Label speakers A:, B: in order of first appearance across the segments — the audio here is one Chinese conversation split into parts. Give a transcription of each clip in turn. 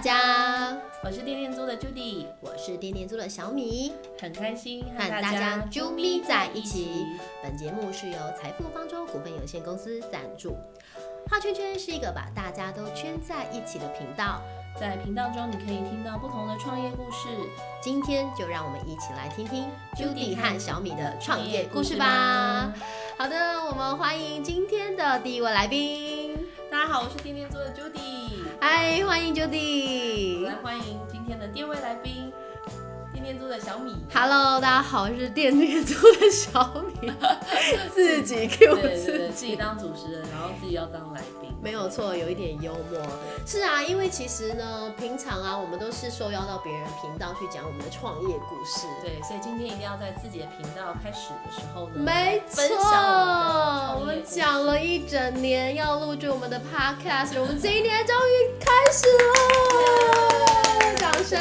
A: 家，
B: 我是电电猪的 Judy，
A: 我是点点猪的小米。
B: 很开心和
A: 和
B: 大
A: 大
B: 家
A: 家啾咪在一起。本节目是由财富方舟股份有限公司赞助。画圈圈是一个把大家都圈在一起的频道，
B: 在频道中，你可以听到不同的创业故事。
A: 今天就让我们一起来听听 Judy 和小米的创业故事吧。好的，我们欢迎今天的第一位来宾，
B: 大家好，我是电电猪的 Judy，
A: 嗨，欢迎
B: 我
A: Judy
B: 来。欢迎今天的第二位来宾，电电猪的小米。
A: Hello，大家好，我是电电猪的小 米，自己 Q
B: 对对
A: 自己
B: 对，。自己当主持人，然后自己要当来宾，
A: 没有错，有一点幽默。是啊，因为其实呢，平常啊，我们都是受邀到别人频道去讲我们的创业故事。
B: 对，所以今天一定要在自己的频道开始的时候呢，
A: 没错
B: 分享我们的创业故，事
A: 我们讲了一整年要录制我们的 podcast，我们今年终于开始了，掌声。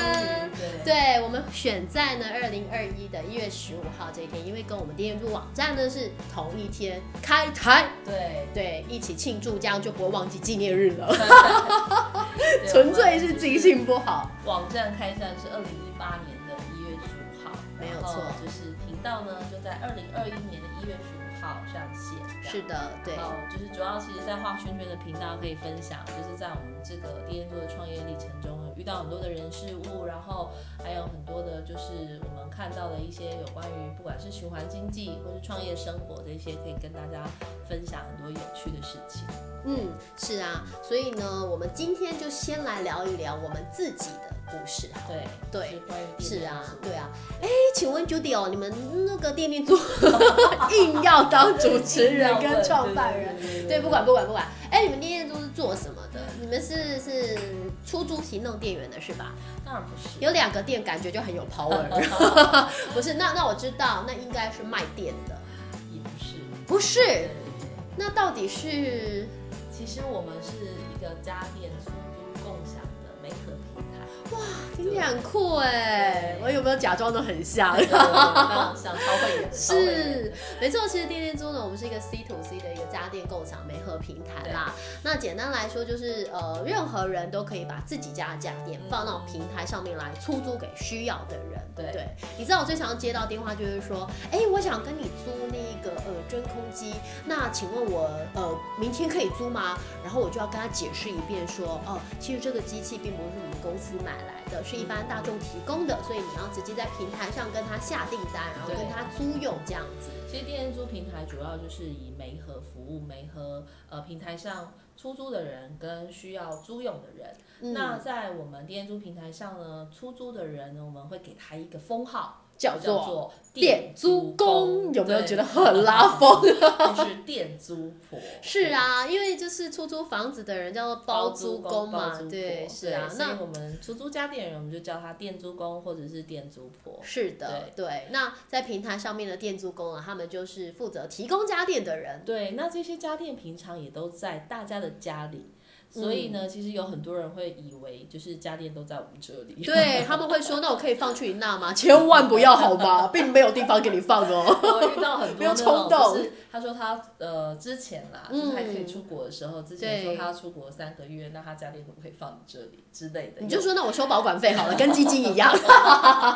B: 对
A: 对我们选在呢，二零二一的一月十五号这一天，因为跟我们电视网站呢是同一天开台，
B: 对
A: 对，一起庆祝，这样就不会忘记纪念日了。
B: 对，
A: 纯粹是记性不好。
B: 网站开站是二零一八年的一月十五号，
A: 没有
B: 然后
A: 错
B: 就是频道呢就在二零二一年的一月十五号上线。
A: 是。的，对，
B: 然后就是主要，其实，在画圈圈的频道可以分享，就是在我们这个 D N 做的创业历程中，遇到很多的人事物，然后还有很多的，就是我们看到的一些有关于不管是循环经济或是创业生活这些，可以跟大家分享很多有趣的事情。
A: 嗯，是啊，所以呢，我们今天就先来聊一聊我们自己的故事哈。
B: 对
A: 对
B: 就是关于
A: 是啊
B: DNZ，
A: 对啊，哎，请问 Judy 哦，你们那个电竞组 硬要当主持 人跟创办人，
B: 对，
A: 对，不管不管不管，哎，你们电竞组是做什么的？你们是是出租行动电源的是吧？
B: 当然不是，
A: 有两个店感觉就很有 power，不是？那那我知道，那应该是卖电的，
B: 也不是。
A: 不
B: 对
A: 是？
B: 对对
A: 那到底是
B: 其实我们是一个家电出租共享的媒合平台，
A: 听起来很酷哎，
B: 对
A: 我有没有假装的很像？
B: 非常像超会员，超会
A: 是
B: 员，
A: 没错。其实电电租呢，我们是一个 C to C 的一个家电共享媒合平台啦。那简单来说，就是呃，任何人都可以把自己家的家电
B: 嗯
A: 放到平台上面来出租给需要的人。
B: 对
A: 你知道我最常接到电话就是说，哎，我想跟你租那个呃真空机，那请问我呃明天可以租吗？然后我就要跟他解释一遍说，哦，其实这个机器并不是我们公司买来的，是一般大众提供的，所以你要直接在平台上跟他下订单，然后
B: 对
A: 跟他租用这样子。
B: 其实电租平台主要就是以媒合服务，媒合呃平台上出租的人跟需要租用的人。
A: 嗯
B: 那在我们电租平台上呢，出租的人呢，我们会给他一个封号，
A: 叫
B: 叫
A: 做
B: 做
A: 店租公，有没有觉得很拉
B: 拉
A: 风？啊
B: 就是店租婆。
A: 是啊，因为就是出租房子的人叫做包租公
B: 包
A: 嘛
B: 租，婆
A: 对，是啊，
B: 所以
A: 那
B: 我们出租家电人，我们就叫他店租公或者是店租婆。
A: 是的，对。那在平台上面的店租工啊，他们就是负责提供家电的人，
B: 对，那这些家电平常也都在大家的家里，所以
A: 嗯
B: 呢，其实有很多人会以为就是家电都在我们这里。
A: 对他们会说，那我可以放去你那 吗？千万不要好吗？并没有地方给你放哦。
B: 我遇到很
A: 不
B: 多
A: 要
B: 那
A: 冲动
B: 种，就是他说他呃之前啦，就是还可以
A: 嗯
B: 出国的时候，之前
A: 对
B: 说他要出国三个月，那他家电可不可以放你这里之类的？
A: 你就说那我收保管费好了，跟基金一 样。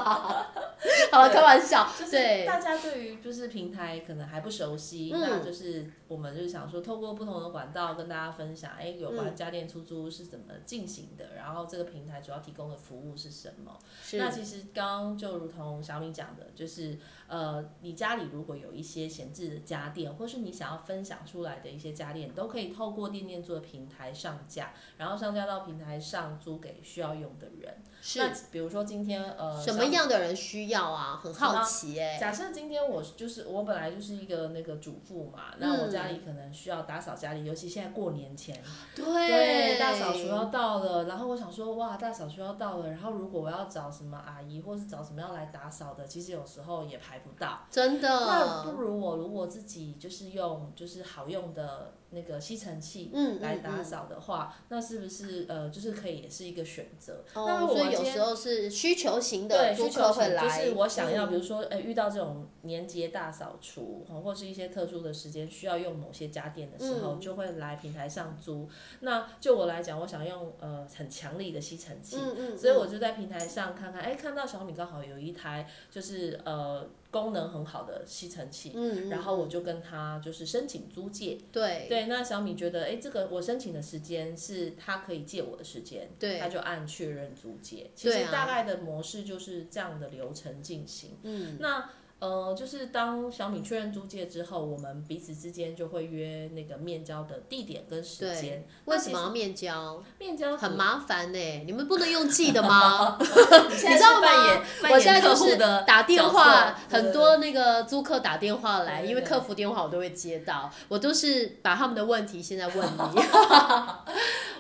A: 好了，开玩笑
B: 就，是
A: 对，
B: 大家对于就是平台可能还不熟悉，
A: 嗯
B: 那就是我们就是想说，透过不同的管道跟大家分享，哎，有
A: 嗯
B: 关家电出租是怎么进行的，然后这个平台主要提供的服务是什么。那
A: 是
B: 其实刚刚就如同小米讲的，就是呃，你家里如果有一些闲置的家电，或是你想要分享出来的一些家电，都可以透过店店做的平台上架，然后上架到平台上租给需要用的人。那
A: 是，
B: 比如说今天呃，
A: 什么
B: 小米
A: 样的人需要啊？很好奇哎。
B: 假设今天我就是我本来就是一个那个主妇
A: 嗯
B: 嘛，那我家里可能需要打扫家里，尤其现在过年前，
A: 对，
B: 大扫除要到了，然后我想说哇，大扫除要到了，然后如果我要找什么阿姨或是找什么要来打扫的，其实有时候也排不到。
A: 真
B: 那不
A: 的，
B: 如我如果自己就是用就是好用的那个吸尘器
A: 嗯，嗯
B: 来打
A: 嗯
B: 扫的话，那是不是呃就是可以也是一个选择？那
A: 哦
B: 如，果
A: 所以
B: 我
A: 有
B: 今天
A: 时候是需求型的
B: 对，
A: 租
B: 需
A: 客
B: 求
A: 会
B: 型就
A: 来，
B: 是我想要，
A: 嗯
B: 比如说，呃，遇到这种年节大扫除，哦或是一些特殊的时间需要用某些家电的时候，
A: 嗯
B: 就会来平台上租。那就我来讲，我想用呃很强力的吸尘器，
A: 嗯嗯，
B: 所以我
A: 嗯
B: 就在平台上看看，哎，看到小米刚好有一台就是呃功能很好的吸尘器，
A: 嗯，嗯
B: 然后我就跟他就是申请租借。
A: 对
B: 对，那小米觉得，哎，这个我申请的时间是他可以借我的时间，
A: 对
B: 他就按确认租借。其
A: 对
B: 实
A: 啊
B: 大概的模式就是这样的流程进行。
A: 嗯
B: 那呃，就是当小米确认租借之后，我们彼此之间就会约那个面交的地点跟时
A: 对
B: 间。那
A: 为
B: 其
A: 什么要面交？
B: 实面交
A: 很
B: 组
A: 麻烦呢、你们不能用记 的吗？
B: 你
A: 你
B: 现在
A: 知
B: 是
A: 道
B: 扮
A: 吗
B: 演扮
A: 我
B: 演
A: 现在就
B: 客户
A: 是
B: 的
A: 打电
B: 角
A: 话
B: 色，对
A: 很多那个租客打电话来，
B: 对对
A: 因为
B: 对
A: 客服电话我都会接到，我都是把他们的问题现在问 你。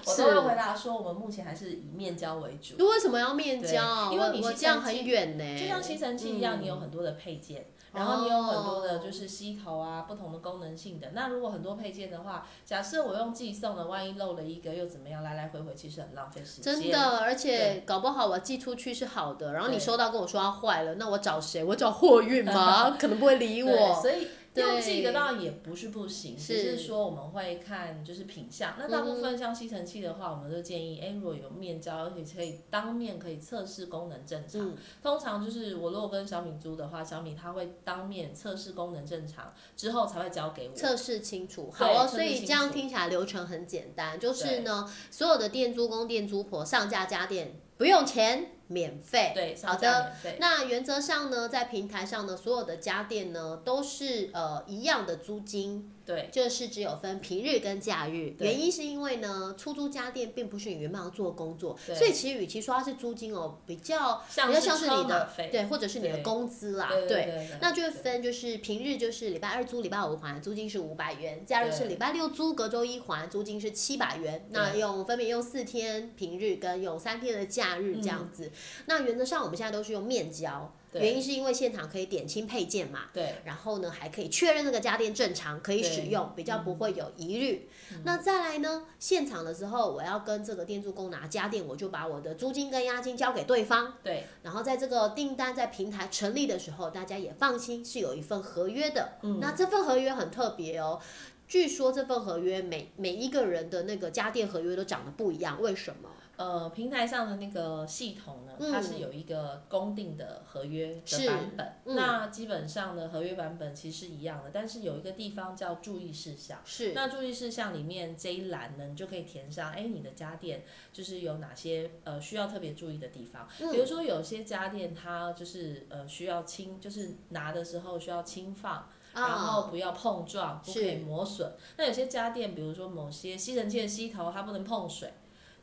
B: 我
A: 是
B: 都会回答说，我们目前还是以面交为主。
A: 为什么要面交？
B: 对因为
A: 我
B: 你
A: 我
B: 吸
A: 这样
B: 尘器
A: 很远呢、嗯
B: 就像吸尘器一样，你有很多的配件，然后你有很多的就是吸头啊，不同的功能性的。那如果很多配件的话，假设我用寄送的，万一漏了一个又怎么样？来来回回其实很浪费时间。
A: 真的，而且搞不好我寄出去是好的，然后你
B: 对
A: 收到跟我说它坏了，那我找谁？我找货 运吗？可能不会理
B: 对，
A: 我。
B: 所以
A: 对
B: 用寄的当然也不是不行，
A: 是
B: 只是说我们会看就是品相。那大部分像吸尘器的话，我们就建议，哎，如果有面交，而且可以当面可以测试功能正常。
A: 嗯
B: 通常就是我如果跟小米租的话，小米它会当面测试功能正常之后才会交给我。
A: 测试清楚，
B: 对
A: 好哦。
B: 测试
A: 所以
B: 清
A: 这样
B: 楚
A: 听起来流程很简单，就是
B: 对
A: 呢，所有的店租公、店租婆上架家电不用钱，免费。
B: 对，上
A: 好的
B: 架免费。
A: 那原则上呢，在平台上呢，所有的家电呢都是呃一样的租金，
B: 对
A: 就是只有分平日跟假日，
B: 对
A: 原因是因为呢，出租家电并不是你原本要做的工作，
B: 对
A: 所以其实与其说它是租金哦，比较
B: 像
A: 比较
B: 是
A: 像是
B: 车
A: 你的
B: 马费
A: 对，或者是你的
B: 对
A: 工资啦，
B: 对对对对
A: 那就会
B: 对
A: 分，就是平日就是礼拜二租，礼拜五还，租金是五百元；假日是
B: 对
A: 礼拜六租，隔周一还，租金是七百元。那用分别用四天平日跟用三天的假日这样子。那原则上我们现在都是用面交，
B: 嗯对
A: 原因是因为现场可以点清配件嘛，
B: 对
A: 然后呢，还可以确认那个家电正常可以使用，比较
B: 嗯
A: 不会有疑虑。那再来呢，现场的时候我要跟这个店主公拿家电，我就把我的租金跟押金交给对方。
B: 对，
A: 然后在这个订单在平台成立的时候，大家也放心是有一份合约的。
B: 嗯
A: 那这份合约很特别哦。据说这份合约每每一个人的那个家电合约都长得不一样，为什么？
B: 呃，平台上的那个系统呢，它是有一个公定的合约
A: 嗯是
B: 的版本。
A: 嗯
B: 那基本上呢，合约版本其实是一样的，但是有一个地方叫注意事项。
A: 是
B: 那注意事项里面这一栏呢，你就可以填上，哎，你的家电就是有哪些呃需要特别注意的地方。
A: 嗯
B: 比如说有些家电它就是呃需要轻，就是拿的时候需要轻放，然后
A: 啊，
B: 不要碰撞，不可以
A: 是
B: 磨损。那有些家电，比如说某些吸尘器的吸头，它不能碰水。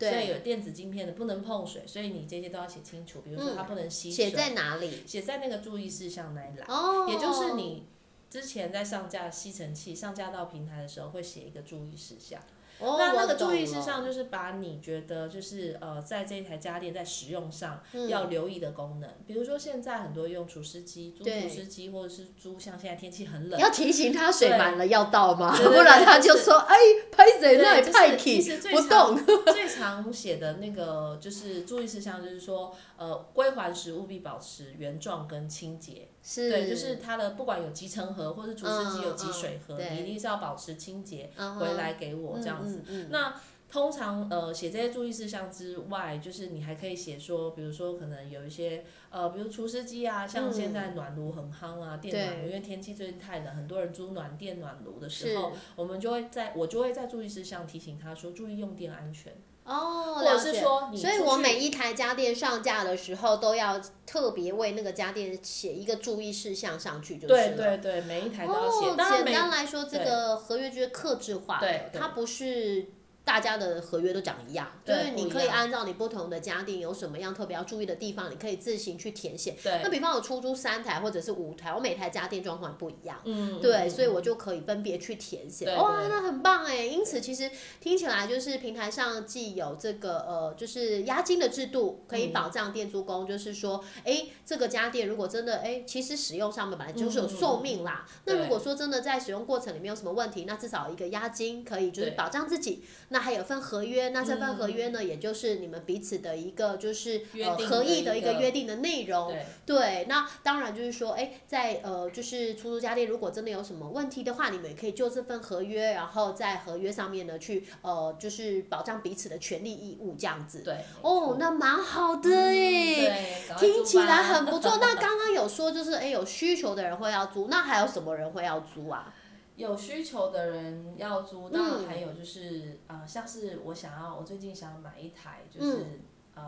B: 所以
A: 对，
B: 有电子晶片的不能碰水，所以你这些都要写清楚。比如说它不能吸水，
A: 嗯写在哪里？
B: 写在那个注意事项那一栏，
A: 哦，
B: 也就是你之前在上架吸尘器上架到平台的时候会写一个注意事项。
A: 哦，
B: 那那
A: 我
B: 个
A: 懂
B: 注意事
A: 了
B: 项就是把你觉得就是呃在这一台家电在使用上
A: 嗯
B: 要留意的功能，比如说现在很多用除湿机、租
A: 对
B: 除湿机，或者是租像现在天气很冷，
A: 要提醒他水
B: 对
A: 满了要倒吗？
B: 对对对
A: 不然他就
B: 就是
A: 说：“哎，拍
B: 对
A: 谁那里
B: 就是
A: 派
B: 其
A: 去
B: 实最
A: 不
B: 常
A: 动。
B: 最常写的那个就是注意事项，就是说，呃，归还时务必保持原状跟清洁。”
A: 是，
B: 对，就是它的不管有集成盒或是除湿机有集水
A: 嗯嗯
B: 盒，
A: 对
B: 你一定是要保持清洁，
A: 嗯
B: 回
A: 哼
B: 来给我这样子。。
A: 嗯嗯嗯
B: 那通常呃写这些注意事项之外，就是你还可以写说，比如说可能有一些呃，比如除湿机啊，像现在暖炉很夯啊，电暖炉，
A: 嗯对
B: 因为天气最近太冷，很多人租暖电暖炉的时
A: 嗯是
B: 候，我们就会在我就会在注意事项提醒他说注意用电安全，
A: 哦，
B: 或者
A: 了
B: 是
A: 解。
B: 说你
A: 所以
B: 出
A: 我
B: 去
A: 每一台家电上架的时候，都要特别为那个家电写一个注意事项上去，就是
B: 对
A: 了。
B: 对对，每一台都要写，
A: 哦，
B: 当然
A: 简
B: 每
A: 单来说，这
B: 对
A: 个合约就是克制化的
B: 对，对
A: 它不是大家的合约都长一样，就
B: 对
A: 是你
B: 不一
A: 可以
B: 样
A: 按照你不同的家庭有什么样特别要注意的地方，你可以自行去填写。
B: 对，
A: 那比方我出租三台或者是五台，我每台家电状况也不一样。
B: 嗯，
A: 对，
B: 嗯
A: 所以我就可以分别去填写。
B: 对
A: 哇，
B: 对
A: 那很棒哎！因此，其实听起来就是平台上既有这个呃，就是押金的制度，可以
B: 嗯
A: 保障店租工，就是说，哎，这个家电如果真的哎，其实使用上面本来
B: 嗯
A: 就是有寿命啦。那如
B: 对
A: 果说真的在使用过程里面有什么问题，那至少一个押金可以就是
B: 对嗯
A: 保障自己。那还有份合约，那这份合约呢，也就是你们彼此的一个就是
B: 约
A: 呃
B: 定
A: 合
B: 的
A: 意
B: 一
A: 的一个
B: 个
A: 约定的内容。
B: 对
A: 对，那当然就是说，哎，在呃，就是出租家电如果真的有什么问题的话，你们也可以就这份合约，然后在合约上面呢去呃，就是保障彼此的权利义务这样子。
B: 对，
A: 哦，那蛮好
B: 嗯
A: 的哎、
B: 对，赶快
A: 听
B: 租
A: 起来
B: 吧
A: 很不错。那刚刚有说就是，哎，有需求的人会要租，那还有什么人会要 租啊？
B: 有需求的人要租，当
A: 嗯
B: 然还有就是啊、呃像是我想要，我最近想要买一台
A: 嗯
B: 就是、呃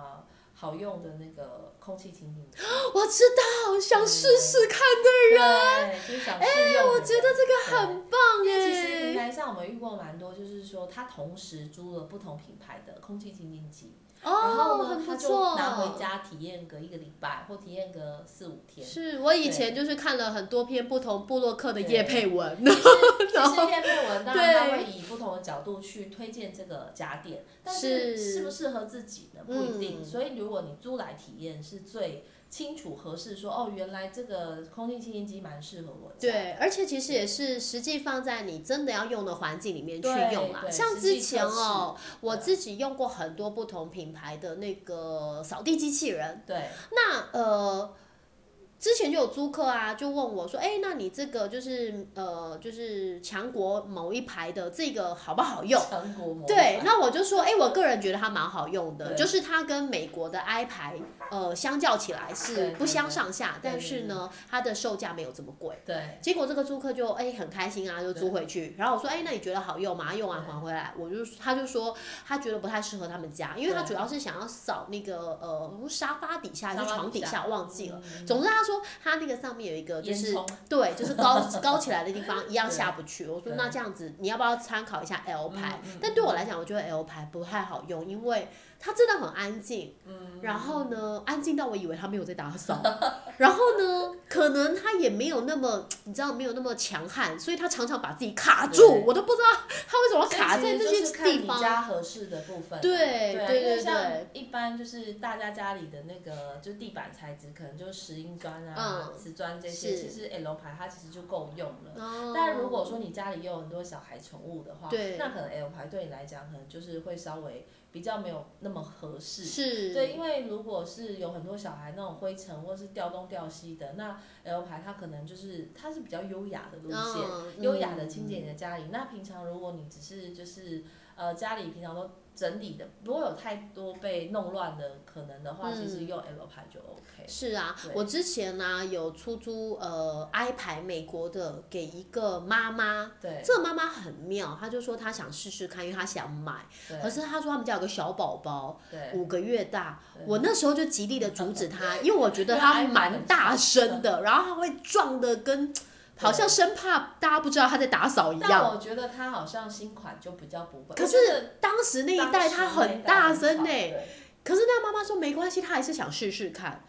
B: 好用的那个空气清新机，
A: 我知道，想试试看的人，
B: 对，就是想试用的人。
A: 啊哎我觉得这个
B: 对
A: 很棒
B: 因为其实平
A: 哎。
B: 台上我们遇过蛮多，就是说他同时租了不同品牌的空气清新机，然后
A: 哦，
B: 呢
A: 很
B: 他
A: 不
B: 就
A: 错。
B: 拿回家体验个一个礼拜或体验个四五 天。
A: 是我以
B: 对
A: 前就是看了很多篇不同部落客的叶配文，
B: 其实
A: 然
B: 其实叶佩文当然
A: 对
B: 他会以不同的角度去推荐这个家电，但是
A: 是
B: 适不适合自己呢？不一定。
A: 嗯
B: 所以如果你租来体验是最清楚合适说，哦，原来这个空气清新机蛮适合我家。
A: 对，而且其实也是实际放在你真的要用的环境里面去
B: 对
A: 用啦。
B: 对
A: 像
B: 实
A: 之
B: 际
A: 前
B: 测试
A: 哦，我
B: 对
A: 自己用过很多不同品牌的那个扫地机器人，
B: 对
A: 那呃。之前就有租客啊，就问我说：“哎、那你这个就是呃，就是强国某一排的这个好不好用？”
B: 成果模
A: 对，
B: 板
A: 那我就说，哎、我个人觉得它蛮好用的，
B: 对
A: 就是它跟美国的 i 牌，呃，相较起来
B: 对
A: 是
B: 对
A: 不相上下，
B: 对对
A: 但是呢，它的售价没有这么贵。
B: 对
A: 结果这个租客就哎、很开心啊，就租回去。然后我说，哎、那你觉得好用吗？用完
B: 对
A: 还回来，我就他就说他觉得不太适合他们家，因为他
B: 对
A: 主要是想要扫那个呃沙发底下还是
B: 沙发
A: 床
B: 底
A: 底
B: 下
A: 下，忘记了。
B: 嗯
A: 总之他说他那个上面有一个就
B: 烟
A: 是
B: 囱
A: 对，就 是高高起来的地方一样
B: 对
A: 下不去。我说
B: 对
A: 那这样子，你要不要参考一下 L 牌？
B: 嗯嗯
A: 但对我来讲，我觉得 L 牌不太好用，因为它真的很安静。
B: 嗯
A: 然后呢，安静到我以为他没有在打 扫。然后呢，可能他也没有那么，你知道没有那么强悍，所以他常常把自己卡住
B: 对，
A: 我都不知道他为什么
B: 所以
A: 卡
B: 其
A: 在
B: 实
A: 这
B: 就
A: 些
B: 是看
A: 地
B: 你
A: 方。
B: 家合适的部分。
A: 对
B: 啊
A: 对
B: 因为
A: 对
B: 像
A: 对
B: 一般就是大家家里的那个就地板材质，可能就是石英砖啊、
A: 嗯
B: 瓷砖这些，
A: 是
B: 其实 L 牌它其实就够用了。
A: 哦
B: 但如果说你家里有很多小孩宠物的话，
A: 对
B: 那可能 L 牌对你来讲，可能就是会稍微比较没有那么合适。
A: 是
B: 对，因为如果是有很多小孩那种灰尘或是掉东掉西的，那 L 牌它可能就是它是比较优雅的路线，
A: 嗯
B: 优雅的清
A: 嗯
B: 洁你的家里。那平常如果你只是就是呃家里平常都整理的，如果有太多被弄乱的可能的话，
A: 嗯
B: 其实用 L 牌就 OK。
A: 是啊，
B: 对
A: 我之前呢、有出租呃 i 牌美国的给一个妈妈，
B: 对
A: 这个妈妈很妙，她就说她想试试看，因为她想买，可
B: 对
A: 是她说他们家有个小宝宝，
B: 对，
A: 五个月大，
B: 对
A: 我那时候就极力的阻止 她，因为我觉得她
B: 因为 iPad
A: 蛮
B: 很
A: 大
B: 小
A: 声的，然后她会撞的跟好像生怕大家不知道她在打扫一样。
B: 但我觉得它好像新款就比较不会。
A: 可是当时那一代她很大声呢、欸可是那个妈妈说没关系，她还是想试试看。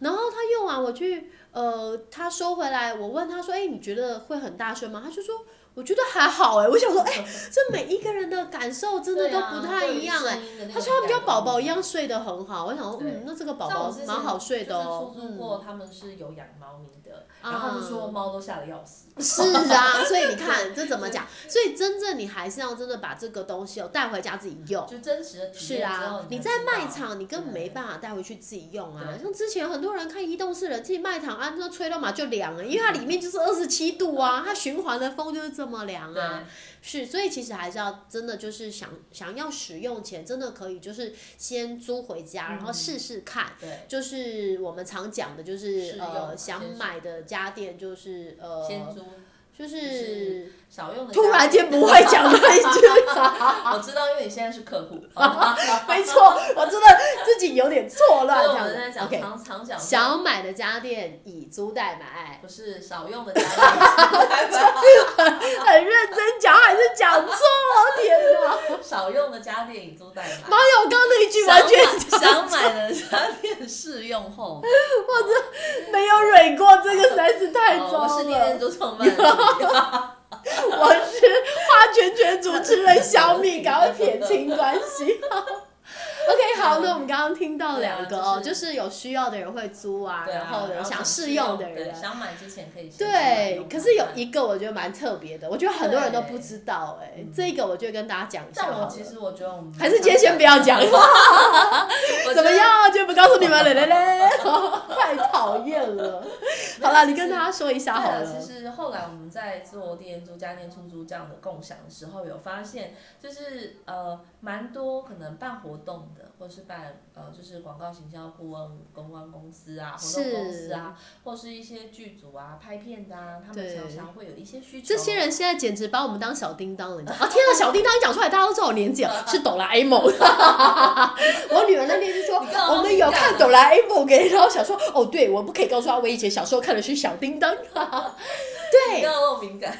A: 然后她用完我去，呃，她收回来，我问她说：“哎、你觉得会很大声吗？”她就说：“我觉得还好。”哎，我想说，哎、这每一个人的感受真的都
B: 啊
A: 不太一样哎、
B: 哎
A: 她说他们家宝宝一样睡得很好，我想说，
B: 对
A: 嗯，那这个宝宝蛮好睡的哦。
B: 出租过，他们是有养猫咪的，
A: 嗯
B: 然后他们说猫都吓得要死。
A: 是啊，所以你看这怎么讲？所以真正你还是要真的把这个东西哦带回家自己用。
B: 就真实的体
A: 是
B: 验之后
A: 啊，
B: 你
A: 你
B: 才
A: 在
B: 知道
A: 卖场你根本没办法带回去自己用啊。
B: 对
A: 像之前很多人看移动式冷气卖场，啊，那吹到嘛就凉
B: 嗯
A: 了，因为它里面就是二十七度啊，它循环的风就是这么凉
B: 对
A: 啊。是，所以其实还是要真的就是想想要使用前，真的可以就是先租回家，然后试试看。
B: 嗯对，
A: 就是我们常讲的，就是
B: 试用
A: 呃
B: 嘛
A: 想
B: 先试
A: 买的家电，就是
B: 先
A: 呃
B: 租
A: 就是是
B: 少用的家
A: 突
B: 具。
A: 然间不会讲那一句话，
B: 我知道，因为你现在是客 户。啊
A: 没错，我真的自己有点错乱
B: 所以
A: 这
B: 我
A: 样
B: 们在
A: 子。
B: 讲
A: OK，
B: 常常讲
A: 想买的家电以租代买，
B: 不是少用的家电，
A: 很认真讲还是讲错？天哪！
B: 少用的家电以租代买。
A: 网友刚刚那一句 完全
B: 想买想买的家电试用 后，
A: 没有蕊过，这个实在是太糟
B: 哦
A: 了。
B: 我是念念做创办 人。
A: 我是画卷卷主持人小米，赶快撇清关 系。OK，好，那我们刚刚听到两个
B: 对
A: 哦，
B: 啊就
A: 就是是有需要的人会租啊，
B: 对啊
A: 然后有想试用
B: 用
A: 的人啊
B: 对。想买之前可以先试
A: 对
B: 用，
A: 可是有
B: 看看
A: 一个我觉得蛮特别的，我觉得很多人都
B: 对
A: 不知道哎、
B: 嗯
A: 这个我就跟大家讲一下
B: 但
A: 好
B: 我
A: 了。
B: 其实我觉得我们
A: 还是今天先不要 讲，
B: 我觉得
A: 怎么？样？就不告诉你们了嘞嘞， 太讨厌了。好了，你跟大家说一下好
B: 对啊，
A: 了
B: 其。实后来我们在做店租、家电出租这样的共享的时候，有发现就是呃，蛮多可能办活动的，或是办呃，就是广告行销顾问、公关公司啊、活动公司啊，或是一些剧组啊、拍片的啊，他们
A: 对
B: 常常会有一些需求。
A: 这些人现在简直把我们当小叮当了，你知道吗？啊，天啊，小叮当一讲出来，大家都知道我年 纪了，是哆啦 A 梦。我女儿那天就说
B: 你干嘛，那么
A: 我们有
B: 敏感
A: 看
B: 啊
A: 哆啦 A 梦给，然后想说，哦，对，我不可以告诉她，我以前小时候看的是小叮 当。
B: 比
A: 对，
B: 较那么敏 感，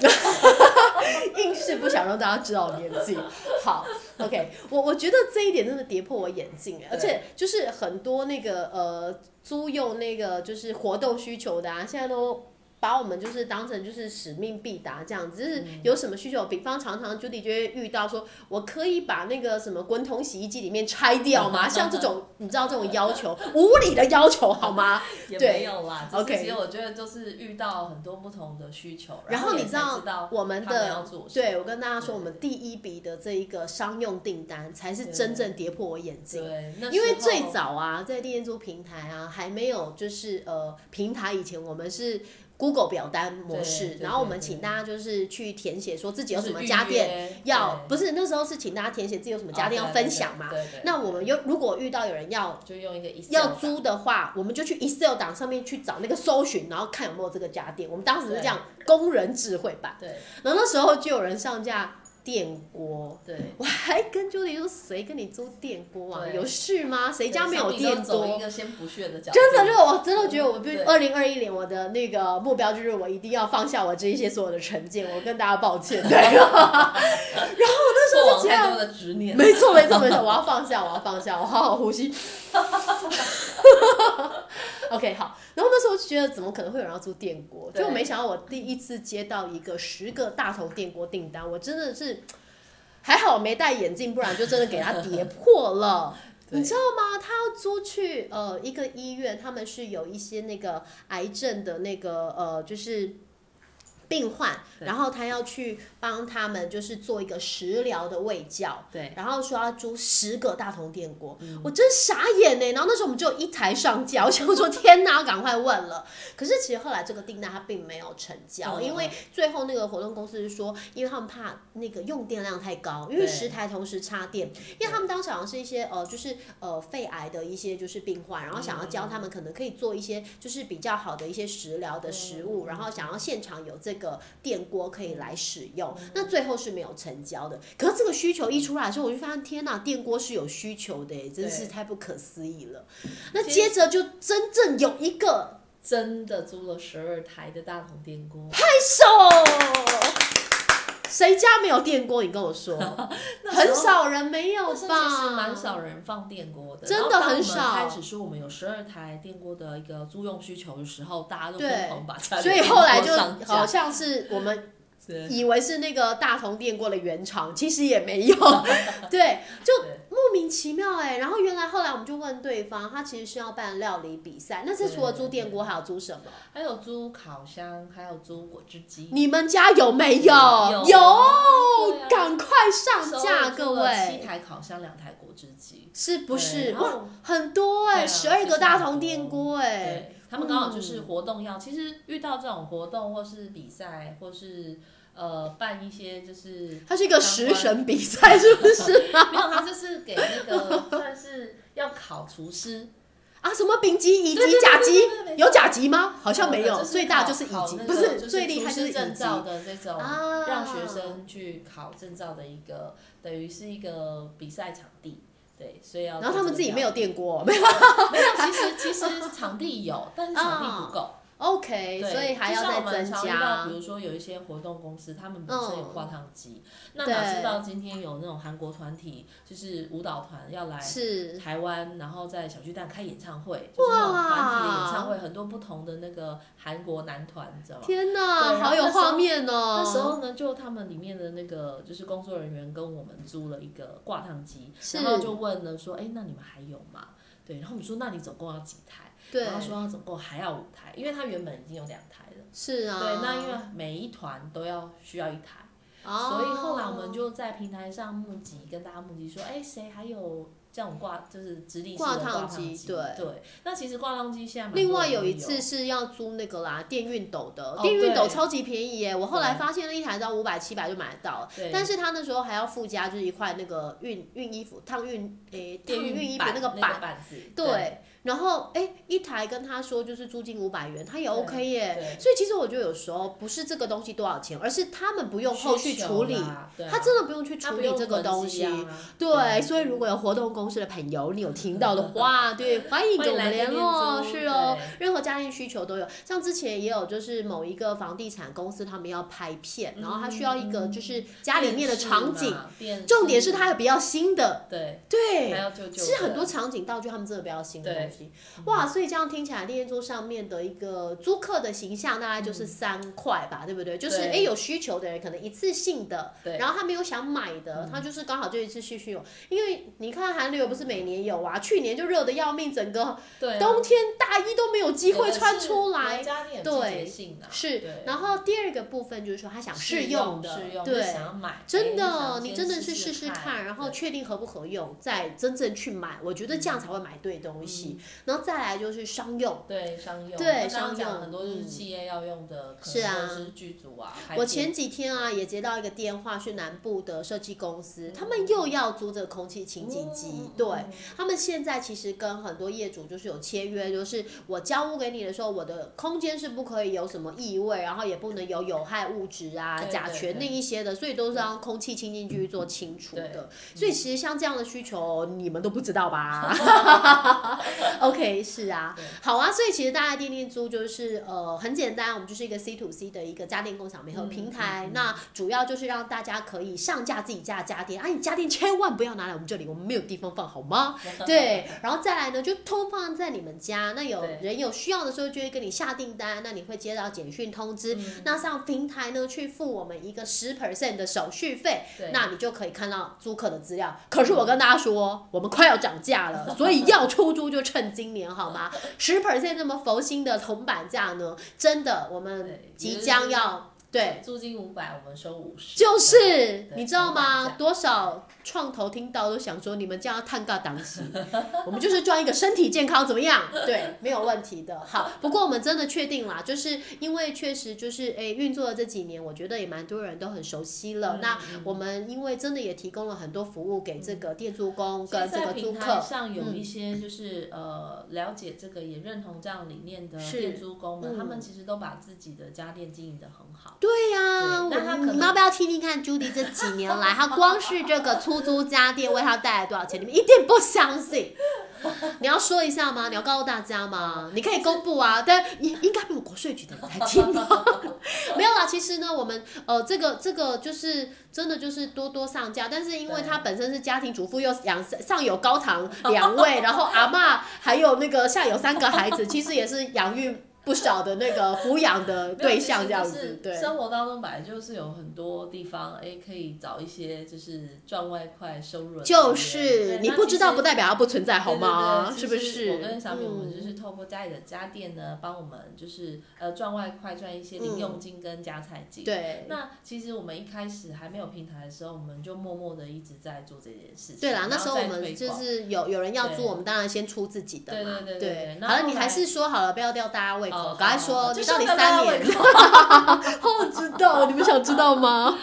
A: 硬是不想让大家知道我年纪。好，OK，我我觉得这一点真的跌破我眼镜，哎而且就是很多那个呃租用那个就是活动需求的啊，现在都。把我们就是当成就是使命必达这样子，就是有什么需求，比方常常 Judy 就会遇到说，我可以把那个什么滚筒洗衣机里面拆掉吗？像这种你知道这种要求，无理的要求好吗？
B: 也
A: 对
B: 没有啦。
A: OK
B: 只是其实我觉得就是遇到很多不同的需求，
A: 然后
B: 后
A: 你
B: 也
A: 知
B: 才
A: 道
B: 知道
A: 我们
B: 他们
A: 的
B: 要做什么嗯
A: 对，我跟大家说，我们第一笔的这一个商用订单才是真正跌破我眼镜。
B: 对，那
A: 因为
B: 时候
A: 最早啊，在电租平台啊，还没有就是呃平台以前，我们是 Google 表单模
B: 对
A: 式，
B: 对
A: 然后我
B: 对
A: 们
B: 对
A: 请大家就是去填写说自己有
B: 就是
A: 什么
B: 预
A: 家电
B: 约
A: 要，
B: 对
A: 不是那时候是请大家填写自己有什么
B: 哦
A: 家电要
B: 对对
A: 分
B: 对
A: 享嘛。
B: 对对
A: 那我们又如果遇到有人要
B: 就用一个 Excel
A: 要
B: 吧
A: 租的话，我们就去 Excel 档上面去找那个搜寻，然后看有没有这个家电。我们当时是这样工人智慧版，
B: 对
A: 然后那时候就有人上架电锅。
B: 对。
A: 我还跟 Judy 说，谁跟你租电锅啊？
B: 对
A: 有事吗？谁家没有
B: 小米都
A: 电
B: 走一
A: 锅？
B: 个先不屑的角度，
A: 真的，就我真的觉得我必
B: 嗯对
A: 二零二一年我的那个目标就是我一定要放下我这一些所有的成见，我跟大家抱 歉。对，
B: 那
A: 时
B: 过
A: 候
B: 往
A: 就这样
B: 太多的执念，
A: 没错没错没错，我要放下，我要放下，我好好呼 吸。OK，好。然后那时候就觉得怎么可能会有人要租电锅？
B: 对
A: 就没想到我第一次接到一个十个大头电锅订单，我真的是还好我没戴眼镜，不然就真的给它跌 破了。
B: 对
A: 你知道吗？他要租去呃一个医院，他们是有一些那个癌症的那个呃就是病患，
B: 对
A: 然后他要去帮他们就是做一个食疗的胃教，
B: 对，
A: 然后说要租十个大同电锅，
B: 嗯
A: 我真傻眼呢。然后那时候我们就有一台上架， 我想说天哪，我赶快问了。可是其实后来这个订单它并没有成交，
B: 嗯
A: 因为最后那个活动公司是说，因为他们怕那个用电量太高，因为
B: 对
A: 十台同时插电，因为他们当时好像是一些呃就是呃肺癌的一些就是病患，然后想要教他
B: 嗯
A: 们可能可以做一些就是比较好的一些食疗的食物，
B: 嗯
A: 然后想要现场有这个电锅可以来使用，
B: 嗯
A: 那最后是没有成交的。可是这个需求一出来的时候，我就发现天哪，电锅是有需求的耶，真是
B: 对
A: 太不可思议了。那接着就真正有一个
B: 真的租了十二台的大桶电锅，
A: 手，谁家没有电锅？你跟我 说，很少人没有
B: 但是其实
A: 吧？
B: 蛮少人放电锅的，
A: 真
B: 然
A: 的
B: 后当
A: 很少
B: 我们开始说我们有十二台电锅的一个租用需求的时候，大家都
A: 对
B: 疯狂把家里
A: 所
B: 的
A: 以后来就
B: 电锅上架
A: 好像是我们
B: 对
A: 以为是那个大同电锅的原 厂，其实也没有，对，就
B: 对
A: 莫名其妙哎、然后原来后来我们就问对方，他其实是要办料理比赛，那这除了租电锅还有租什么？
B: 还有租烤箱，还有租果汁机，
A: 你们家有没有？
B: 有对啊
A: 赶快上架，各
B: 七
A: 位，
B: 台烤箱，两台果汁机，
A: 是不
B: 对
A: 是？
B: 然
A: 哇，
B: 后
A: 很多哎、
B: 对啊
A: 十二、个大同电锅哎、
B: 对，他们刚好
A: 嗯
B: 就是活动要，其实遇到这种活动或是比赛，或是呃办一些就是，
A: 它是一个食神比 赛，是不是？
B: 没有，他就是给那个算是要考厨师，
A: 啊，什么丙级、乙
B: 对
A: 级、
B: 对对
A: 甲级
B: 对对对，对哦
A: 有甲级吗？好像没
B: 就
A: 有，
B: 是
A: 最大
B: 考
A: 哦就是乙
B: 考
A: 级
B: 那，
A: 不
B: 个就是
A: 最厉害
B: 厨
A: 就是
B: 师
A: 乙
B: 证
A: 级
B: 照的这种，
A: 啊
B: 让学生去考证照的一个，等于是一个比赛场地。对，所以要。
A: 然后他们自己没
B: 有，
A: 有电锅，没有
B: 没有。其实其实场地有，但是场地不够，
A: OK，
B: 对
A: 所以还要再
B: 就
A: 增
B: 像我们常遇到
A: 加嗯
B: 比。如说有一些活动公司，他们本身有挂烫机，那
A: 对
B: 哪知道今天有那种韩国团体，就是舞蹈团要来
A: 是
B: 台湾，然后在小巨蛋开演唱会，就是那种团体的演唱会，很多不同的那个韩国男团，你知道吗？
A: 天哪，
B: 对然后
A: 好有
B: 那时候
A: 画面哦！
B: 那时候呢，就他们里面的那个就是工作人员跟我们租了一个挂烫机，
A: 是
B: 然后就问了说，哎、那你们还有吗？对，然后我们说，那你总共要几台？
A: 对
B: 然后说他总共还要五台，因为他原本已经有两台了。
A: 是啊，
B: 对，那因为每一团都要需要一台，
A: 哦
B: 所以后来我们就在平台上募集，跟大家募集说，哎、谁还有这种挂就是直立式的
A: 挂
B: 挂
A: 烫
B: 烫
A: 机
B: 机？
A: 对
B: 那其实挂烫机现在蛮
A: 另
B: 多
A: 外
B: 人
A: 有
B: 都
A: 一次是要租那个啦，电熨斗的，
B: 哦
A: 电熨斗
B: 对
A: 超级便宜耶！我后来
B: 对
A: 发现那一台只要五百七百就买得到了，
B: 对
A: 但是他那时候还要附加就是一块那个熨熨衣服烫熨诶烫
B: 电
A: 熨衣服
B: 板
A: 那
B: 那
A: 个板，
B: 板子，
A: 对。然后哎一台跟他说就是租金五百元，他也
B: 对
A: OK 耶。
B: 对，
A: 所以其实我觉得有时候不是这个东西多少钱，而是他们不用后续
B: 需求
A: 处理，
B: 啦对啊
A: 他真的不用去
B: 他
A: 处
B: 不
A: 理
B: 用
A: 这个
B: 囤
A: 东
B: 积
A: 西。
B: 啊
A: 对，所以如果有活动公司的朋友，你有听到 的话，对，欢迎跟我们联络，
B: 欢迎来这边租
A: 是哦，任何家电需求都有。像之前也有，就是某一个房地产公司他们要拍片，然后他需要一个就是家里面的场景，，
B: 嗯电视嘛
A: 重点是它还比较新的，
B: 对，还
A: 对。
B: 要救救
A: 是很
B: 人
A: 多场景道具，他们真的比较新的
B: 对
A: 东西，哇！所以这样听起来，猎桌上面的一个租客的形象大概就是三块吧，对不对？就是
B: 嗯对
A: 哎，有需求的人可能一次性的，
B: 对嗯
A: 然后他没有想买的，他就是刚好就一次续续有。因为你看韩流不是每年有啊，去年就热的要命，整个
B: 嗯对啊，
A: 冬天大衣都没有机
B: 有
A: 会
B: 的
A: 穿
B: 是
A: 出
B: 有的
A: 来。
B: 家电有季
A: 对
B: 节性啊，
A: 是
B: 对，
A: 然后第二个部分就是说他想试用的，
B: 试用就
A: 对
B: 想。要买，
A: 真
B: 哎想
A: 的，
B: 先
A: 你真的
B: 试
A: 是试试看，
B: 看，
A: 然后
B: 对嗯
A: 确定合不合用，再真正去买。我觉得这样才会买对东西。然后再来就是商用，
B: 对商用，
A: 对
B: 那刚
A: 商
B: 刚讲
A: 用
B: 很多就是
A: 嗯
B: 企业要用的，可
A: 是
B: 能
A: 啊
B: 或者是剧组啊，拍
A: 我
B: 片
A: 前几天啊也接到一个电话，是南部的设计公司，他们又要租这个空气清净机，
B: 嗯
A: 对。
B: 嗯
A: 他们现在其实跟很多业主就是有签约，就是我交屋给你的时候，我的空间是不可以有什么异味，然后也不能有有害物质啊、
B: 对
A: 甲
B: 对
A: 醛
B: 对
A: 那一些的，所以都是让空气清净机去做清除的。所以其实像这样的需求，你们都不知道吧 ？OK，是啊，好啊，所以其实大家电电租就是呃很简单，我们就是一个 C to C 的一个家电共享媒合
B: 嗯
A: 平
B: 嗯
A: 台，
B: 嗯
A: 那主要就是让大家可以上架自己家的家电，啊，你家电千万不要拿来我们这里，我们没有地方放好 吗？对，然后再来呢，就通放在你们家。那有
B: 对
A: 人有需要的时候，就会跟你下订单，那你会接到简讯通知。
B: 嗯
A: 那上平台呢，去付我们一个十 percent 的手续费，
B: 对
A: 那你就可以看到租客的资料。可是我跟大家说，我们快要涨 价了，所以要出租就趁今年好吗？十 percent 那么佛心的铜板价呢，真的我们
B: 对
A: 即将要对。
B: 租金五百，我们收五十，
A: 就是
B: 对
A: 你知道
B: 我
A: 吗？
B: 买下
A: 多少创投听到都想说你们这样探尬档期， 我们就是赚一个身体健康怎么 样？对，没有问题的。好，不过我们真的确定啦，就是因为确实就是诶运作了这几年，我觉得也蛮多人都很熟悉了。
B: 嗯
A: 那我们因为真的也提供了很多服务给这个店租工
B: 其实
A: 跟这
B: 嗯在
A: 个
B: 平
A: 租
B: 台
A: 客，嗯
B: 上有一些就是、呃了解这个也认同这样理念的
A: 是
B: 店租工们，
A: 嗯
B: 他们其实都把自己的家店经营的很好。
A: 对呀、我
B: 对那他可
A: 你
B: 能
A: 们要不要听听看，Judy 这几年来，他光是这个出租家电为他带来多少钱？你们一定不相信。你要说一下吗？你要告诉大家吗？你可以公布啊，但应应该没有国税局的人来听吧？ 没有啦，其实呢，我们呃，这个这个就是真的就是多多上架，但是因
B: 对
A: 为他本身是家庭主妇，又养上有高堂两位，然后阿嬷还有那个下有三个孩子，其实也是养育不少的那个抚养的对象这样
B: 没有
A: 子，
B: 其实
A: 对
B: 就是。生活当中本来就是有很多地方，哎，可以找一些就是赚外快收入的来源。
A: 哦就是
B: 对
A: 你
B: 那
A: 不
B: 其
A: 知道，
B: 实
A: 不代表它不存在，好吗？
B: 对对对
A: 是不
B: 其实
A: 是？嗯
B: 我跟小米，我们就是透过家里的家电呢，帮我们就是呃赚外快，赚一些零用金跟加菜金。
A: 嗯对。
B: 那其实我们一开始还没有平台的时候，我们就默默的一直在做这件事情。
A: 对啦，
B: 然
A: 那
B: 后
A: 时候
B: 再
A: 我们
B: 推
A: 就
B: 广
A: 是有有人要租，
B: 对
A: 我们当然先出自己的嘛。
B: 对对对对对然
A: 好
B: 后
A: 了，你
B: 后
A: 还
B: 来
A: 是说好了，不要吊大家胃口
B: 哦，
A: 赶快
B: 好
A: 说，
B: 好
A: 你
B: 就
A: 到底
B: 是要吊
A: 三
B: 大家
A: 年
B: 胃？
A: 我知道，你们想知道吗？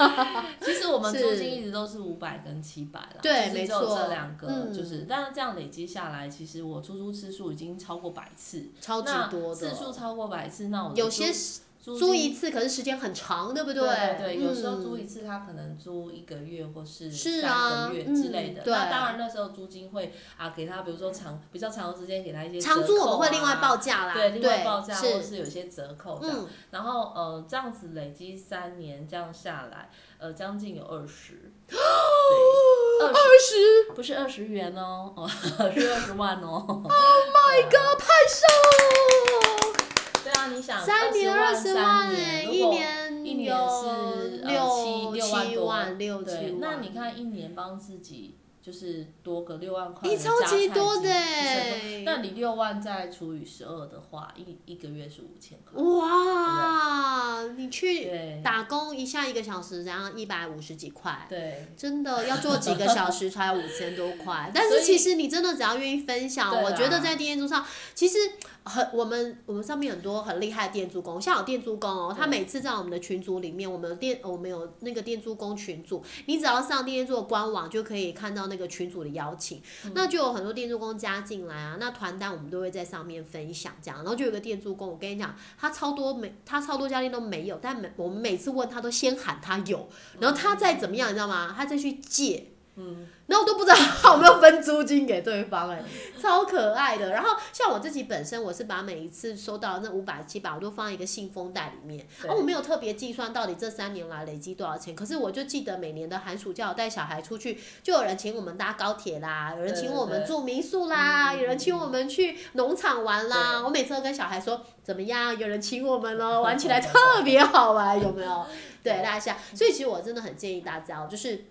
B: 其实我们租
A: 是
B: 金一直都是五百跟七百啦，
A: 对
B: 就是
A: 没
B: 只有
A: 错
B: 这两个，
A: 嗯
B: 就是，但是这样累积下来，其实我出租次数已经超过百次，
A: 超级
B: 那
A: 多
B: 次数
A: 的，
B: 超过百次，那我的
A: 有
B: 租
A: 些
B: 租
A: 租
B: 金
A: 一次可是时间很长，对不
B: 对对，有
A: 嗯
B: 时候租一次，他可能租一个月或是
A: 是
B: 三
A: 啊
B: 个月之类的
A: 嗯。对
B: 那当然那时候租金会啊给他，比如说长比较长的时间给他一些
A: 长租
B: 折
A: 我
B: 扣
A: 们会另外
B: 啊
A: 报价啦，
B: 对，另外报价或者
A: 是，
B: 是有一些折扣这样。
A: 嗯，
B: 然后呃，这样子累积三年，这样下来，呃，将近有二十。对，二十
A: 二十
B: 不是二十元哦，哦， 是二十万哦。Oh
A: 个拍手，
B: 对啊，你想
A: 三年
B: 二
A: 二十
B: 万，
A: 哎，
B: 三
A: 一
B: 年如果
A: 年
B: 一年是呃
A: 有
B: 七
A: 六
B: 六万多
A: 万六七
B: 对
A: 万，，
B: 那你看一年帮自己就是多个六万块
A: 你
B: 的
A: 超级
B: 加菜
A: 多
B: 金
A: 的
B: 是
A: 欸
B: 很多那你六万再除以十二的话，一一个月是五千块。
A: 哇，你去
B: 对
A: 打工一下一个小时，然后一百五十几块。
B: 对，
A: 真的要做几个小时才五千多 块，但
B: 所
A: 是
B: 以
A: 其实你真的只要愿意分享，
B: 对啦啊
A: 我觉得在店租上，其实很我们我们上面很多很厉害的店租工，像有店租工哦，
B: 对
A: 他每次在我们的群组里面，我们有店我们有那个店租工群组，你只要上店租的官网就可以看到那个群组的邀请，
B: 嗯
A: 那就有很多店租工加进来啊，那团单我们都会在上面分享这样，然后就有个店租工，我跟你讲，他超多每他超多家店都没有，但每我们每次问他都先喊他有。然后他再怎么样，你知道吗？他再去借，
B: 嗯，
A: 然后我都不知道 他有没有分租金给对方、哎，
B: 嗯
A: 超可爱的。然后像我自己本身，我是把每一次收到那五百七百，我都放在一个信封袋里面。
B: 对
A: 哦，我没有特别计算到底这三年来累积多少钱，可是我就记得每年的寒暑假，我带小孩出去，就有人请我们搭高铁啦，有人请我
B: 对
A: 们
B: 对对
A: 住民宿啦，
B: 嗯
A: 有人请我们去农场玩啦。我每次都跟小孩说，怎么样，有人请我们喽，玩起来特别好玩，有没有？对大家，所以其实我真的很建议大家哦，就是。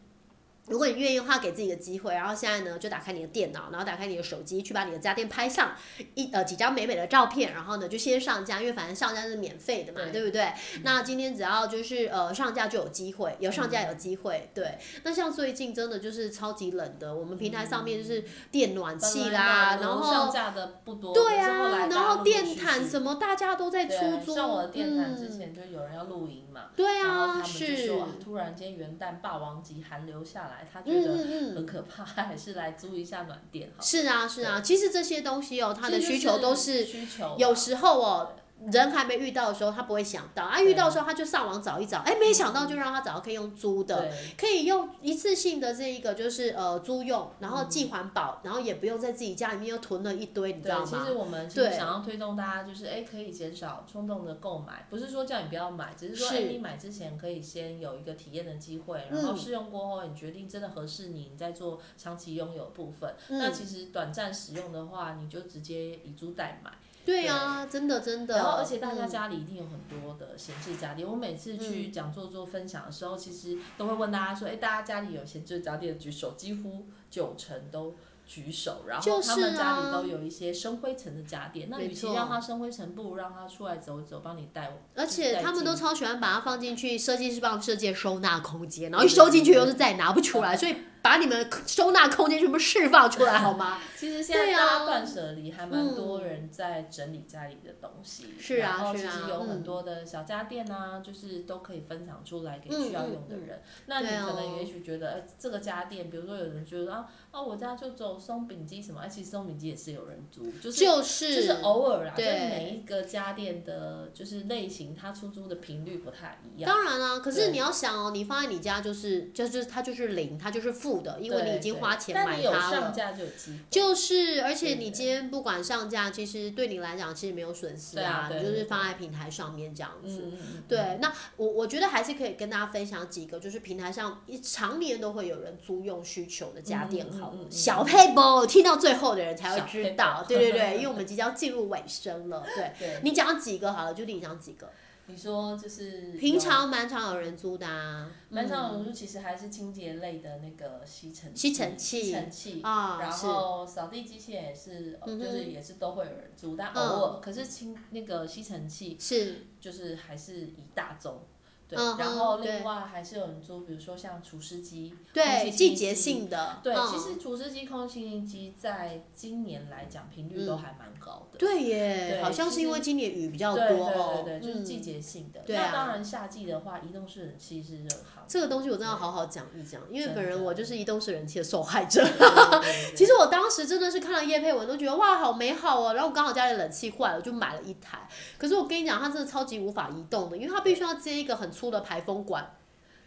A: 如果你愿意的话，给自己一个机会，然后现在呢，就打开你的电脑，然后打开你的手机，去把你的家电拍上一呃几张美美的照片，然后呢就先上架，因为反正上架是免费的嘛，对
B: 对嗯
A: 不对？那今天只要就是呃上架就有机会，有上架有机会，对。那像最近真的就是超级冷的，我们平台上面就是电暖气
B: 嗯本来
A: 啦，
B: 嘛
A: 然
B: 楼上
A: 后
B: 架的不多，
A: 对
B: 可是后
A: 啊，
B: 来
A: 然
B: 大家
A: 后
B: 陆陆
A: 电
B: 续
A: 毯
B: 续
A: 什么大家都在
B: 对
A: 出租，
B: 像我的电毯之
A: 嗯
B: 前就有人要露营嘛，
A: 对
B: 然后
A: 啊，，
B: 他们就是说啊突然间元旦霸王级寒流下来，他觉
A: 嗯
B: 得
A: 嗯嗯。
B: 很可怕， 还是来租一下暖垫好了。
A: 是啊，是啊，其实这些东西哦，它的
B: 其实
A: 需求都
B: 就是
A: 是
B: 需求吧，
A: 有时候哦，人还没遇到的时候，他不会想到啊，遇到的时候他就上网找一找，哎，没想到就让他找到可以用租的，
B: 嗯对
A: 可以用一次性的这一个就是呃租用，然后既环保，然后也不用在自己家里面又囤了一堆，你知道
B: 嗯对，其
A: 吗
B: 实？我们其实
A: 对
B: 想要推动大家，就是哎，可以减少冲动的购买，不是说叫你不要买，只是说
A: 是嗯
B: 哎，你买之前可以先有一个体验的机会，然后试用过后，你决定真的合适你，你再做长期拥有的部分。那
A: 嗯，
B: 其实短暂使用的话，你就直接以租代买。
A: 对啊，真的真的。
B: 然后，而且大家
A: 嗯
B: 家里一定有很多的闲置家电。我每次去
A: 嗯
B: 讲座做分享的时候，其实都会问大家说：“哎，大家家里有闲置家电举手，几乎九成都举手。然
A: 就
B: 后
A: 是
B: 他们家
A: 啊
B: 里都有一些生灰尘的家电。那
A: 没
B: 与其
A: 错
B: 让它生灰尘，不如让它出来走一走，帮你带。
A: 而且他们都超喜欢把它放进去设计师帮我们设计的收纳空间，然后一
B: 对对
A: 收进去
B: 对
A: 又是再也拿不出来，所以把你们收纳空间全部释放出来好吗？
B: 其实现在
A: 对啊
B: 大家断舍离，还蛮
A: 嗯
B: 多人在整理家里的东西。
A: 是啊
B: 然后
A: 是
B: 其
A: 啊
B: 实有
A: 嗯
B: 很多的小家电啊，就是都可以分享出来给需要用的人。那你
A: 对哦
B: 可能也许觉得，哎、这个家电，比如说有人觉得啊，哦，我家就走松饼机什么，哎，其实松饼机也是有人租， 就是。
A: 就是
B: 就是哦偶尔啦，就
A: 对
B: 是每一个家电的，就是类型，它出租的频率不太一样。
A: 当然啦、可是
B: 对
A: 你要想哦，你放在你家就是就是它就是零，它就是负的，因为
B: 对
A: 你已经
B: 对
A: 花钱
B: 但
A: 买
B: 你有
A: 它
B: 上
A: 了。
B: 架就有机会。
A: 就是，而
B: 对
A: 且你
B: 对
A: 今天不管上架，其实对你来讲其实没有损失
B: 对啊
A: 你
B: 对
A: 就是
B: 对
A: 放在平台上面这样子。
B: 嗯，嗯嗯
A: 对，那我我觉得还是可以跟大家分享几个，就是平台上一常年都会有人租用需求的家电好了，
B: 嗯嗯嗯嗯嗯
A: 小配包听到最后的人才会
B: 小
A: 知
B: 配
A: 道，
B: 包
A: 对对对，因为我们即将进入尾声了，对。
B: 对。
A: 你讲几个好了，就你讲几个，
B: 你说就是嗯有
A: 平常蛮常有人租的啊，
B: 门上有书其实还是清洁类的那个吸尘
A: 吸尘器
B: 吸尘器。
A: 啊、
B: 然
A: 是
B: 后扫地机器人也是，呃
A: 嗯哼嗯
B: 就是也是都会有人租，但偶尔，可是清那个吸尘器
A: 是
B: 就是还是一大宗，对。
A: 嗯哼
B: 然后
A: 对
B: 另外还是有人租，比如说像除湿机，空
A: 对
B: 气
A: 季
B: 清
A: 节
B: 新
A: 性的，
B: 对，
A: 嗯
B: 其实除湿机、空气清新机在今年来讲频率都还蛮高的。
A: 对耶，
B: 对
A: 好像
B: 其
A: 是因
B: 实
A: 为今年雨嗯比较
B: 对
A: 多哦，
B: 对对对，就是季
A: 嗯
B: 节性的。
A: 对啊
B: 那当然，夏季的话，移动式冷气是热行。
A: 这个东西我真的要好好讲一讲，因为本
B: 真
A: 人
B: 的
A: 我就是移动式人气的受害者。
B: 对，
A: 其
B: 其
A: 实我当时真的是看了叶佩文都觉得哇好美好哦，然后我刚好家里冷气坏了，我就买了一台。可是我跟你讲，它真的超级无法移动的，因为它必须要接一个很粗的排风管，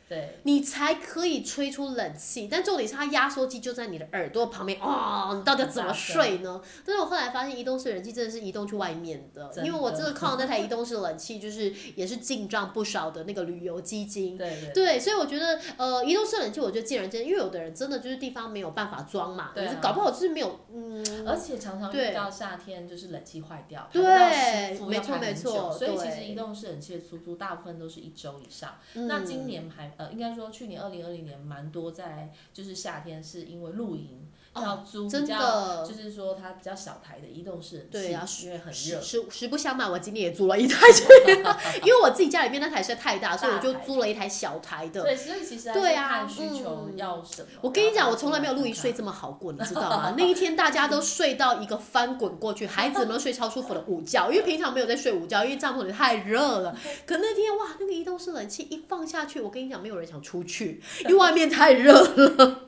B: 对
A: 你才可以吹出冷气。但重点是它压缩机就在你的耳朵旁边，哦，你到底要 怎么睡呢？但是我后来发现移动式冷气真的是移动去外面的，
B: 真的
A: 因为我真的靠那台移动式冷气，就是也是进账不少的那个旅游基金。
B: 对对
A: 对，所以我觉得，呃，移动式冷气，我觉得见仁见智，因为有的人真的就是地方没有办法装嘛，
B: 对啊
A: 可是搞不好就是没有，嗯，
B: 而且常常
A: 对
B: 遇到夏天就是冷气坏掉，
A: 对
B: 排不到舒服
A: 没
B: 要
A: 错
B: 排很
A: 没错
B: 久所以其实
A: 对
B: 移动式冷气的出租大部分都是一周以上。那今年还呃，应该说去年二零二零年蛮多在就是夏天是因为露营
A: 哦
B: 要租比
A: 真
B: 较，
A: 的
B: 就是说它比较小台的移动式冷气，
A: 对啊
B: 因为很
A: 实
B: 热。
A: 实实不相瞒，我今天也租了一台这个， 因为我自己家里面那台实在太大，所以我就
B: 大台
A: 租了一台小台的。
B: 对，所以其实还
A: 对
B: 是
A: 啊
B: 看需求
A: 嗯
B: 要什么。
A: 我跟你
B: 然
A: 讲，
B: 后
A: 我从来没有露营睡这么好过，你知道吗？那一天大家
B: 嗯
A: 都睡到一个翻滚过去，孩子们睡超舒服的午觉，因为平常没有在睡午觉，因为帐篷里太热了。
B: 嗯
A: 可那天哇，那个移动式冷气一放下去，我跟你讲，没有人想 出去，因为外面太热了。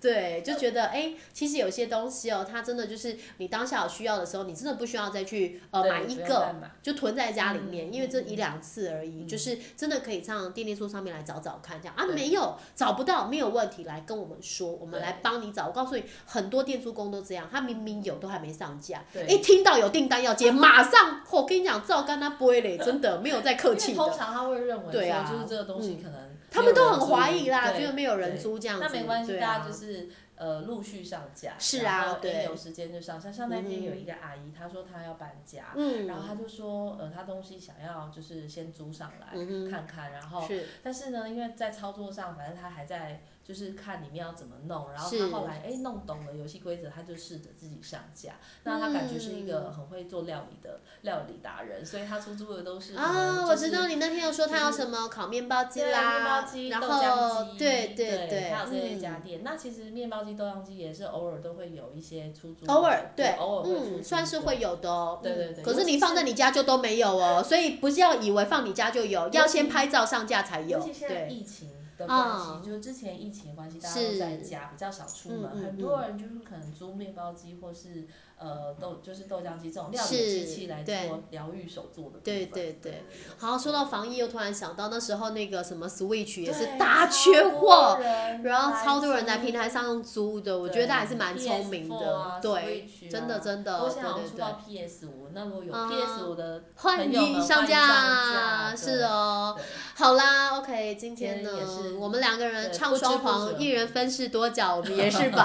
A: 对，就觉得哎、其实有些东西哦，它真的就是你当下有需要的时候，你真的不需要再去呃
B: 对
A: 买一
B: 不用
A: 个
B: 再买
A: 就囤在家里面，
B: 嗯
A: 因为这一两次而已，
B: 嗯
A: 就是真的可以上电力书上面来找找看，这样啊
B: 对
A: 没有找不到没有问题，来跟我们说，我们
B: 对
A: 来帮你找。我告诉你，很多店租工都这样，他明明有都还没上架，
B: 对
A: 一听到有订单要接，马上我跟你讲，照干他不会嘞，真的没有在客气
B: 因为通
A: 的，
B: 常他会认为
A: 对啊嗯
B: 说，就是这个东西可能、
A: 他们都很怀疑啦，
B: 对
A: 就是没有人
B: 对
A: 租这样子，
B: 那没关系，
A: 对
B: 大
A: 啊
B: 家就是呃陆续上架，
A: 是啊
B: 然后
A: 对
B: 一有时间就上架。像那天
A: 嗯
B: 有一个阿姨，她说她要搬家，
A: 嗯，
B: 然后她就说呃她东西想要就是先租上来、
A: 嗯
B: 看看，然
A: 哼，
B: 后
A: 是
B: 但是呢，因为在操作上，反正她还在就是看里面要怎么弄，然后
A: 是
B: 她后来哎弄懂了游戏规则，她就试着自己上架。那她感觉是一
A: 嗯
B: 个很会做料理的料理达人，所以她出租的都是可
A: 啊，
B: 能
A: 我
B: 就是
A: 知道你那天有说他有
B: 就是
A: 什么烤面包机
B: 对面包
A: 啦
B: 机、，
A: 然
B: 豆浆
A: 后
B: 机，
A: 对
B: 对
A: 对，
B: 还有这些家
A: 嗯
B: 电。那其实面包机、豆浆机也是偶尔都会有一些出租的，
A: 偶尔对，
B: 嗯偶尔会出租
A: 嗯，
B: 的
A: 算是会有的哦。
B: 对对
A: 嗯
B: 对
A: 可
B: 尤
A: 是
B: 其
A: 你放在
B: 是
A: 你家就都没有哦，所以不是要以为放你家就有，
B: 其
A: 要先拍照上架才有
B: 尤其。现在
A: 对，
B: 疫情的关系，
A: 嗯
B: 就是之前疫情的关系，大家都在家，比较少出门，
A: 嗯嗯
B: 很多人就是可能租面包机或是呃豆，就是豆浆机这种料理
A: 是
B: 机器来
A: 对
B: 做疗愈手作的部分。
A: 对对对。好，说到防疫，又突然想到那时候那个什么 Switch
B: 对，
A: 也是大缺货，然
B: 然
A: 后超多人在平台上租的，我觉得他还是蛮聪明的，对，，真的真的，
B: 啊我
A: 对
B: 想要
A: 对
B: 出
A: 对
B: 到。PS 五，那如果有
A: 啊
B: PS 五的，
A: 欢
B: 朋友
A: 迎
B: 们
A: 上
B: 欢迎上架
A: 是哦。
B: 对
A: 好啦，OK，今天呢
B: 今天也是，
A: 我们两个人
B: 对
A: 唱
B: 不知
A: 双
B: 不觉
A: 簧，一人分饰多角，我们也 是把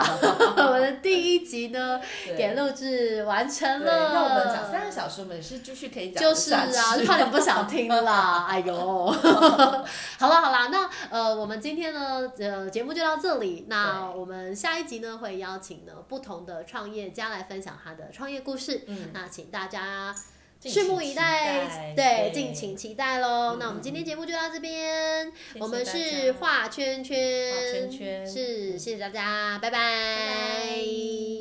A: 我们的第一集呢
B: 对
A: 给录制完成
B: 对，
A: 了。
B: 那我们讲三个小时，我们也是继续可以讲
A: 就
B: 得
A: 是
B: 下去。
A: 啊，怕你不想听 啦，哎呦， 好啦好啦，那呃，我们今天呢，呃，节目就到这里。那
B: 对
A: 我们下一集呢，会邀请呢不同的创业家来分享他的创业故事。
B: 嗯，
A: 那请大家
B: 敬请
A: 拭目以待，
B: 期待对
A: 对，敬请期待喽。
B: 嗯
A: 那我们今天节目就到这边，
B: 谢谢
A: 我们
B: 大
A: 是
B: 家
A: 画圈圈，
B: 画圈圈
A: 是，谢谢大家，拜
B: 拜拜